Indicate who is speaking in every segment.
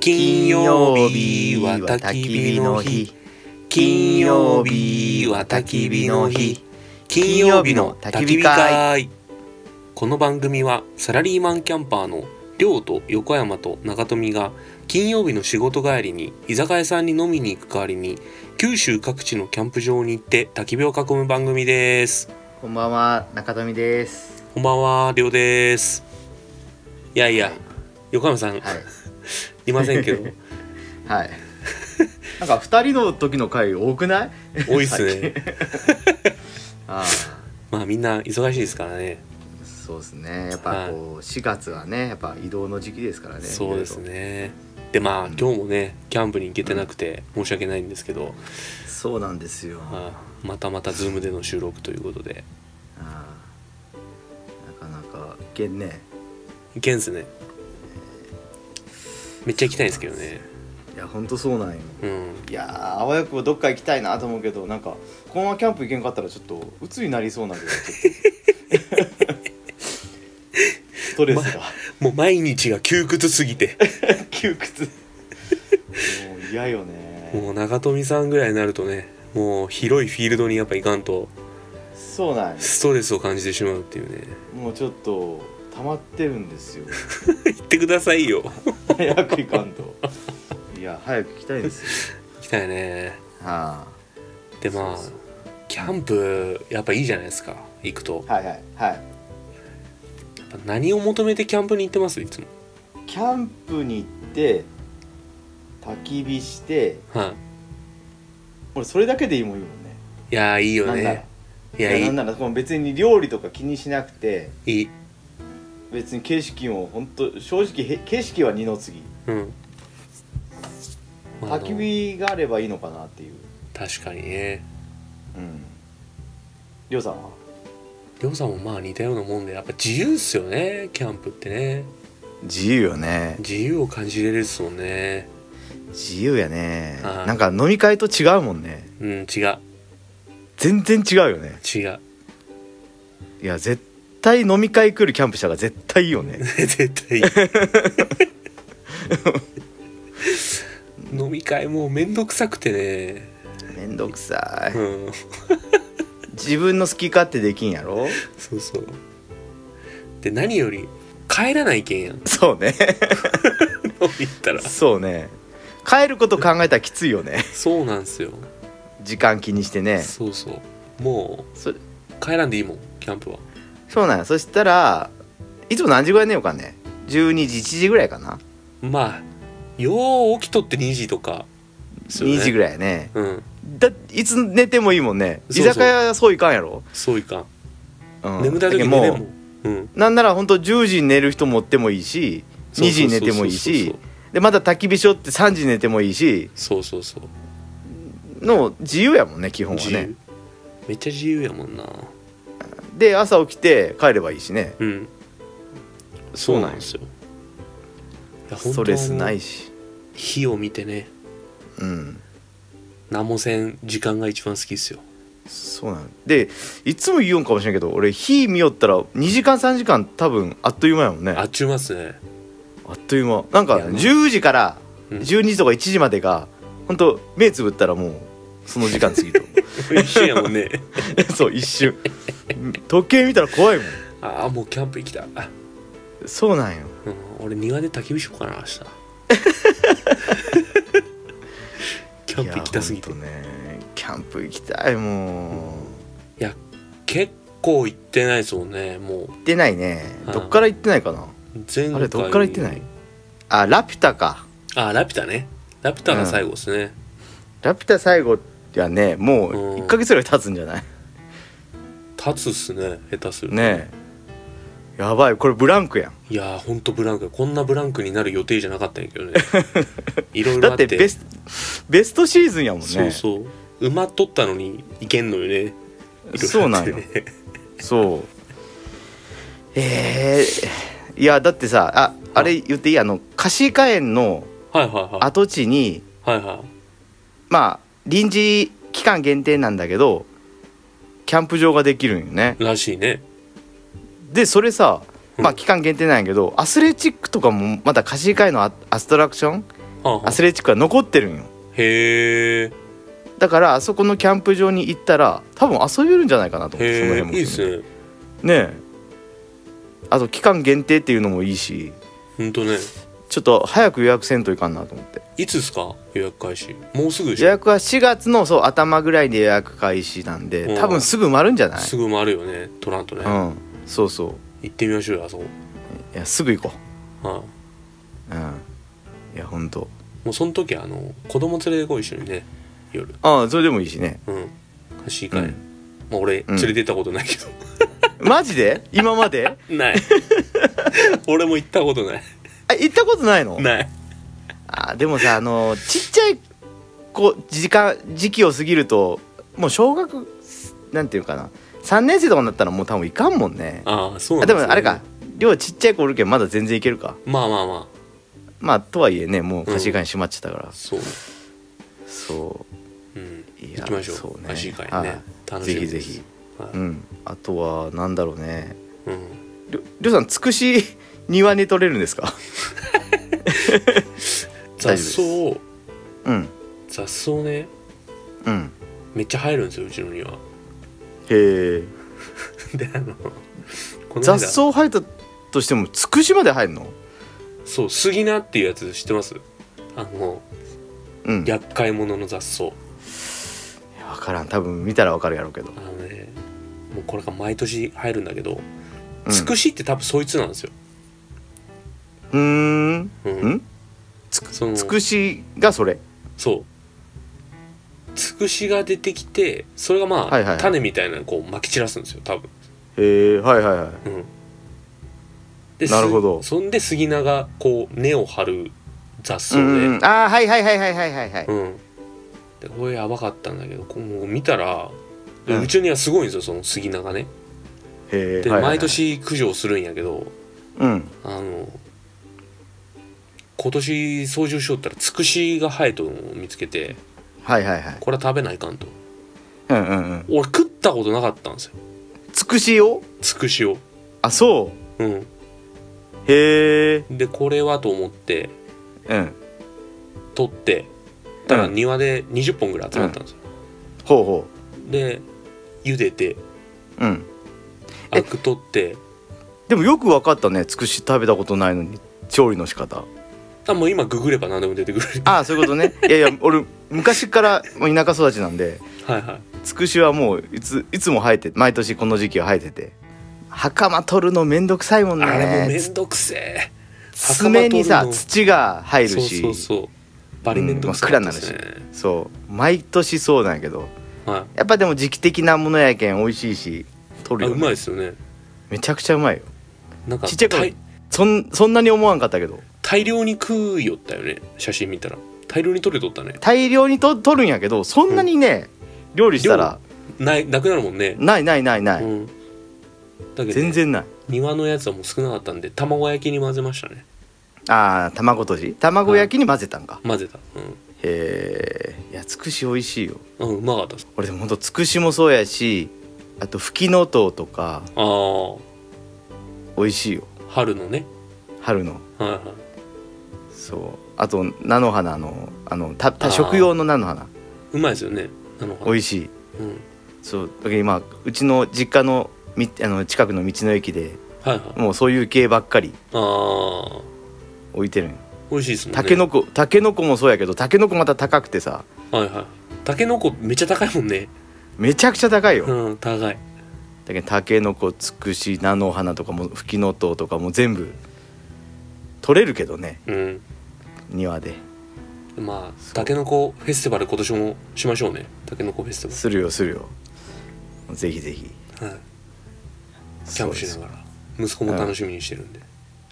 Speaker 1: 金曜日は焚き火の日金曜日は焚き火の日金曜日の焚き火会この番組はサラリーマンキャンパーの亮と横山と長富が金曜日の仕事帰りに居酒屋さんに飲みに行く代わりに九州各地のキャンプ場に行って焚き火を囲む番組です
Speaker 2: こんばんは中富です
Speaker 1: こんばんは亮ですいやいや横山さん、
Speaker 2: はい
Speaker 1: いませんけど
Speaker 2: はい なんか二人の時の回多 くない
Speaker 1: 多いっすね
Speaker 2: あ
Speaker 1: まあみんな忙しいですからね
Speaker 2: あそうですねやっぱこう四月はねやっぱ移動の時期ですからね
Speaker 1: そうです
Speaker 2: いろい
Speaker 1: ねでまあ、
Speaker 2: うん
Speaker 1: 今日もねキャンプに行けてなくて申し訳ないんですけど、
Speaker 2: ろそうなんですよあ
Speaker 1: まあまたまたズームでの収録ということで
Speaker 2: あなかなかいけんね
Speaker 1: いけんすねめっちゃ行きたいんですけどね
Speaker 2: いやほんとそうなんよ
Speaker 1: うん
Speaker 2: いやーあわよくばどっか行きたいなと思うけどなんかこのままキャンプ行けんかったらちょっと鬱になりそうなんでちょっとストレス が
Speaker 1: もう毎日が窮屈すぎ て
Speaker 2: 窮屈もう嫌よね
Speaker 1: もう長富さんぐらいになるとねもう広いフィールドにやっぱ行かんと
Speaker 2: そうなんや
Speaker 1: ストレスを感じてしまうっていうね
Speaker 2: もうちょっと溜まってるんですよ
Speaker 1: 行ってくださいよ
Speaker 2: 早く行かんといや早く行きたいですよ
Speaker 1: 行きたいね
Speaker 2: は
Speaker 1: でまあ
Speaker 2: そうそう
Speaker 1: キャンプやっぱいいじゃないですか行くと
Speaker 2: あはいはいはい
Speaker 1: やっぱ何を求めてキャンプに行ってますいつも
Speaker 2: キャンプに行って焚き火して
Speaker 1: はい
Speaker 2: 俺それだけでいいもんいいもんね
Speaker 1: いやーいいよ
Speaker 2: なんな
Speaker 1: ね
Speaker 2: ら
Speaker 1: いやい
Speaker 2: いやないんならこの別に料理とか気にしなくて
Speaker 1: いい
Speaker 2: 別に景色も本当正直へ景色は二の次
Speaker 1: うんまああの
Speaker 2: 焚き火があればいいのかなっていう
Speaker 1: 確かにね
Speaker 2: うんりょうさんは
Speaker 1: りょうさんもまあ似たようなもんでやっぱ自由っすよねキャンプってね
Speaker 2: 自由よね
Speaker 1: 自由を感じれるっすもんね
Speaker 2: 自由やね
Speaker 1: はい
Speaker 2: なんか飲み会と違うもんね
Speaker 1: うん違う
Speaker 2: 全然違うよね
Speaker 1: 違う
Speaker 2: いや絶対飲み会来るキャンプしたら絶対いい よね
Speaker 1: 絶対飲み会もうめんどくさくてね
Speaker 2: めんどくさ
Speaker 1: う
Speaker 2: い
Speaker 1: ん
Speaker 2: 自分の好き勝手できんやろ
Speaker 1: そうそうで何より帰らないけんやん飲
Speaker 2: そうね
Speaker 1: み行ったら
Speaker 2: そうね帰ること考えたらきついよね
Speaker 1: そうなんすよ
Speaker 2: 時間気にしてね
Speaker 1: そうそうも
Speaker 2: そう
Speaker 1: 帰らんでいいもんキャンプは
Speaker 2: そうなんやそしたらいつも何時ぐらい寝ようかね12時1時ぐらいかな、
Speaker 1: まあよう起きとって2時とか
Speaker 2: 2時ぐ
Speaker 1: らい
Speaker 2: らいやね
Speaker 1: うん
Speaker 2: だいつ寝てもいいもんね
Speaker 1: そうそう
Speaker 2: 居酒屋はそういかんやろ、
Speaker 1: そういかん
Speaker 2: うん
Speaker 1: 眠たい時
Speaker 2: だ
Speaker 1: に
Speaker 2: けど
Speaker 1: 寝
Speaker 2: も
Speaker 1: れ
Speaker 2: うん
Speaker 1: もんうん
Speaker 2: なんなら本当10時に寝る人もおってもいいし2時に寝てもいいしでまた焚き火しよって3時に寝てもいいし
Speaker 1: そうそうそうそうそうそう
Speaker 2: の自由やもんね基本は
Speaker 1: 自
Speaker 2: ね
Speaker 1: 由めっちゃ自由やもんな
Speaker 2: で朝起きて帰ればいいしね
Speaker 1: うん
Speaker 2: そ
Speaker 1: そうう
Speaker 2: な
Speaker 1: なんん
Speaker 2: よ
Speaker 1: ですよいや
Speaker 2: ストレスない
Speaker 1: 本
Speaker 2: し
Speaker 1: 当あの火を見てね
Speaker 2: うん
Speaker 1: 何もせん時間が一番好きっすよ
Speaker 2: そうなんでいつも言うんかもしれんけど俺火見よったら2時間3時間多分あっという間やもんね
Speaker 1: あっちゅうますね
Speaker 2: あっという間なんか
Speaker 1: いやもう
Speaker 2: 10時から
Speaker 1: うん
Speaker 2: 12時とか1時までが本当目つぶったらもうその時間過ぎ と
Speaker 1: 一瞬やもんね
Speaker 2: そう一瞬時計見たら怖いもん
Speaker 1: ああもうキャンプ行きたいあ
Speaker 2: そうなんよ
Speaker 1: うん俺庭で焚き火しようかな明 日キャンプ行きたすぎて
Speaker 2: いやほんとねキャンプ行きたいも
Speaker 1: いや結構行ってないですもんねもう
Speaker 2: う行ってないね
Speaker 1: はい
Speaker 2: どっから行ってないかな
Speaker 1: 前回
Speaker 2: あれどっから行ってないあラピュタか
Speaker 1: あラピュタねラピュタが最後ですね、
Speaker 2: ラピュタ最後はねもう
Speaker 1: うん
Speaker 2: 1ヶ月ぐらい経つんじゃない
Speaker 1: 立つっすね下手すると
Speaker 2: ねえやばいこれブランクやん
Speaker 1: いやーほんとブランクこんなブランクになる予定じゃなかったんやけど ねいろいろ
Speaker 2: だ
Speaker 1: あ
Speaker 2: っ
Speaker 1: って
Speaker 2: てベスベストシーズンやもんね
Speaker 1: そうそう馬取ったのにいけんのよねいろいろあってね
Speaker 2: そうなんよそうえー、いやだってさああれ言っていいあの貸し火園の
Speaker 1: はいは
Speaker 2: 跡地に
Speaker 1: いはいはいは
Speaker 2: まあ臨時期間限定なんだけどキャンプ場ができるんよね
Speaker 1: いらしいね
Speaker 2: でそれさまあ
Speaker 1: うん
Speaker 2: 期間限定なんやけどアスレチックとかもまた貸し火園のアアストラクション
Speaker 1: はあはあ
Speaker 2: アスレチックは残ってるんよ
Speaker 1: へえ
Speaker 2: だからあそこのキャンプ場に行ったら多分遊べるんじゃないかなと思ってその
Speaker 1: へえ
Speaker 2: 辺
Speaker 1: い
Speaker 2: も
Speaker 1: いですね
Speaker 2: ねえあと期間限定っていうのもいいし
Speaker 1: ほんとね
Speaker 2: ちょっと早く予約せんといかんなと思って
Speaker 1: いつですか予約開始もうすぐでし
Speaker 2: 予
Speaker 1: ょ
Speaker 2: 約は4月のそう頭ぐらいで予約開始な
Speaker 1: う
Speaker 2: ん
Speaker 1: ん
Speaker 2: で多分すぐ埋まるんじゃない
Speaker 1: すぐ回るよね取らんとね、
Speaker 2: うんそうそう
Speaker 1: 行ってみましょうよあそこ、
Speaker 2: いやすぐ行こ
Speaker 1: は
Speaker 2: ううんいやほんと
Speaker 1: い、もうその時あの子供連れてこい一緒にね夜
Speaker 2: ああそれでもいいしね
Speaker 1: うん走り会、
Speaker 2: うん
Speaker 1: まあ、俺連れて行ったことないけど、
Speaker 2: マジで今まで
Speaker 1: ない俺も行ったことない
Speaker 2: あ行ったことないの
Speaker 1: ない
Speaker 2: あでもさあのちっちゃい子時間時期を過ぎるともう小学なんていうかな3年生とかになったらもう多分いかんもんね
Speaker 1: ああそうな
Speaker 2: あ
Speaker 1: んで
Speaker 2: です
Speaker 1: ね
Speaker 2: もあれか量ちっちゃい子おるけんまだ全然いけるか
Speaker 1: まあまあま
Speaker 2: まあとはいえねもう貸し会に閉まっちゃったから
Speaker 1: あ、そう
Speaker 2: そ
Speaker 1: うん、
Speaker 2: ういや
Speaker 1: 行きましょ
Speaker 2: そう
Speaker 1: う
Speaker 2: ね
Speaker 1: 走り会ね、
Speaker 2: はい
Speaker 1: 楽しみです
Speaker 2: ぜひぜ
Speaker 1: はいう
Speaker 2: ううんあとはなんだろうね
Speaker 1: うん、
Speaker 2: りょりょうさんつくし庭に取れるんですか
Speaker 1: 雑
Speaker 2: 大丈
Speaker 1: 草を
Speaker 2: うん
Speaker 1: 雑草ね
Speaker 2: うん
Speaker 1: めっちゃ入るんですようちの庭
Speaker 2: へえ
Speaker 1: であのこの間
Speaker 2: 雑草生えたとしてもつくしまで入るの
Speaker 1: そう杉菜っていうやつ知ってますあの
Speaker 2: うん
Speaker 1: 厄介者の雑草
Speaker 2: 分からん多分見たら分かるやろうけど
Speaker 1: あのねもうこれが毎年入るんだけど、
Speaker 2: うん
Speaker 1: つくしって多分そいつなんですよ、
Speaker 2: うーん
Speaker 1: うん
Speaker 2: ん
Speaker 1: その
Speaker 2: つくしがそれ
Speaker 1: そうつくしが出てきてそれがまあ、
Speaker 2: はいはいはい
Speaker 1: 種みたいなのこうまき散らすんですよ多分
Speaker 2: へえはいはいはい
Speaker 1: うんです
Speaker 2: なるほど
Speaker 1: そんで杉菜がこう根を張る雑草で、
Speaker 2: んんああはいはいはいはいはいはいはい
Speaker 1: うん、でこれやばかったんだけどこうもう見たら、う
Speaker 2: うん
Speaker 1: うちにはすごいんですよその杉菜がね
Speaker 2: へえ
Speaker 1: で、毎年駆除するんやけど
Speaker 2: うん
Speaker 1: あの今年掃除をしよったらつくしが生えとるのを見つけて
Speaker 2: はいはいはい
Speaker 1: これは食べないかんと
Speaker 2: うんうんうん
Speaker 1: 俺食ったことなかったんですよ
Speaker 2: つくしを
Speaker 1: つくしを
Speaker 2: あそ
Speaker 1: うん
Speaker 2: うへえ
Speaker 1: でこれはと思って
Speaker 2: うん
Speaker 1: 取ってたら
Speaker 2: うん
Speaker 1: 庭で20本ぐらい集まったんですよ、
Speaker 2: ほうほ
Speaker 1: で茹でて
Speaker 2: ううんえ
Speaker 1: アク取って
Speaker 2: でもよく分かったねつくし食べたことないのに調理の仕方
Speaker 1: あもう今ググれば何でも出てくる
Speaker 2: ああそういうこと ねいやいや俺昔から田舎育ちなんで
Speaker 1: はいはい
Speaker 2: つくしはもういついつも生えて毎年この時期は生えてて袴取るのめんどくさいもんね
Speaker 1: あれもめんどくせえ
Speaker 2: 爪にさ
Speaker 1: 袴取るの
Speaker 2: 土が入る
Speaker 1: そう
Speaker 2: し
Speaker 1: そうそうバリめんどくさいですね、
Speaker 2: そう毎年そうなんやけど
Speaker 1: はい
Speaker 2: やっぱでも時期的なものやけん美味しいし取
Speaker 1: あ
Speaker 2: る
Speaker 1: う
Speaker 2: よ、
Speaker 1: まい
Speaker 2: ね、
Speaker 1: ですよね
Speaker 2: めちゃくちゃうまいよ
Speaker 1: なんか
Speaker 2: ちっちゃい頃
Speaker 1: 大
Speaker 2: そんそんなに思わんかったけど
Speaker 1: 大量に食うよったよね写真見たら大量に取れとったね
Speaker 2: 大量にと取るんやけどそんなにね、料理したら
Speaker 1: ないなくなるもんね、
Speaker 2: ないないないない、
Speaker 1: うんだけどね、
Speaker 2: 全然ない
Speaker 1: 庭のやつはもう少なかったんで卵焼きに混ぜましたね
Speaker 2: あー卵とじ卵焼きに混ぜたんか、
Speaker 1: 混ぜた
Speaker 2: へえいやつくし美味しいよ
Speaker 1: うん、うん、うまかったです
Speaker 2: 俺でもほんとつくしもそうやしあとフキノトウとか
Speaker 1: ああ
Speaker 2: 美味しいよ
Speaker 1: 春のね
Speaker 2: 春の
Speaker 1: はいはい
Speaker 2: そうあと菜の花のあのた
Speaker 1: あー
Speaker 2: た食用の菜の花
Speaker 1: うまいですよねあの
Speaker 2: 美味しい
Speaker 1: うん
Speaker 2: そうだけど今うちの実家のみあの近くの道の駅で
Speaker 1: はいはい
Speaker 2: もうそういう系ばっかり
Speaker 1: ああ
Speaker 2: 置いてるんよ
Speaker 1: 美味しいですもんね
Speaker 2: たけのこたけのこもそうやけどたけのこまた高くてさ
Speaker 1: はいはいたけのこめっちゃ高いもんね
Speaker 2: めちゃくちゃ高いよ、
Speaker 1: うん高い
Speaker 2: だけどたけのこつくし菜の花とかもフキノトウとかも全部取れるけどね
Speaker 1: うん
Speaker 2: 庭で
Speaker 1: まあたけのこフェスティバル今年もしましょうねたけのこフェスティ
Speaker 2: するよするよぜひぜひ
Speaker 1: バル、はい、キャンプし
Speaker 2: そう
Speaker 1: な
Speaker 2: で
Speaker 1: がら息子も楽しみにしてるんで、
Speaker 2: す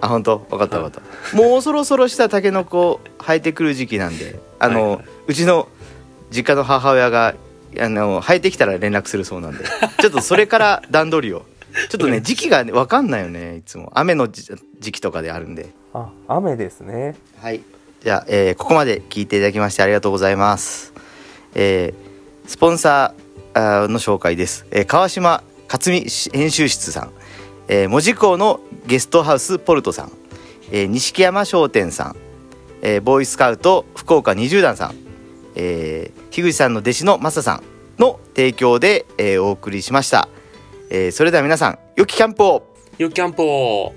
Speaker 2: あ本当分かった分かった、もうそろそろしたたけのこ生えてくる時期なんであの、
Speaker 1: はいはいう
Speaker 2: ちの実家の母親があの生えてきたら連絡するそうなんでちょっとそれから段取りをちょっ とね時期がね分かんないよねいつも雨のじ時期とかであるんで
Speaker 1: あ雨ですね
Speaker 2: はい。じゃあ、えーここまで聞いていただきましてありがとうございます。えースポンサーあーの紹介です。えー川島克美編集室さん、えー、門司港のゲストハウスポルトさん、えー錦山商店さん、えーボーイスカウト福岡20段さん、えー、樋口さんの弟子のマサさんの提供で、えーお送りしました、えーそれでは皆さん良きキャンプを
Speaker 1: よっキャンプを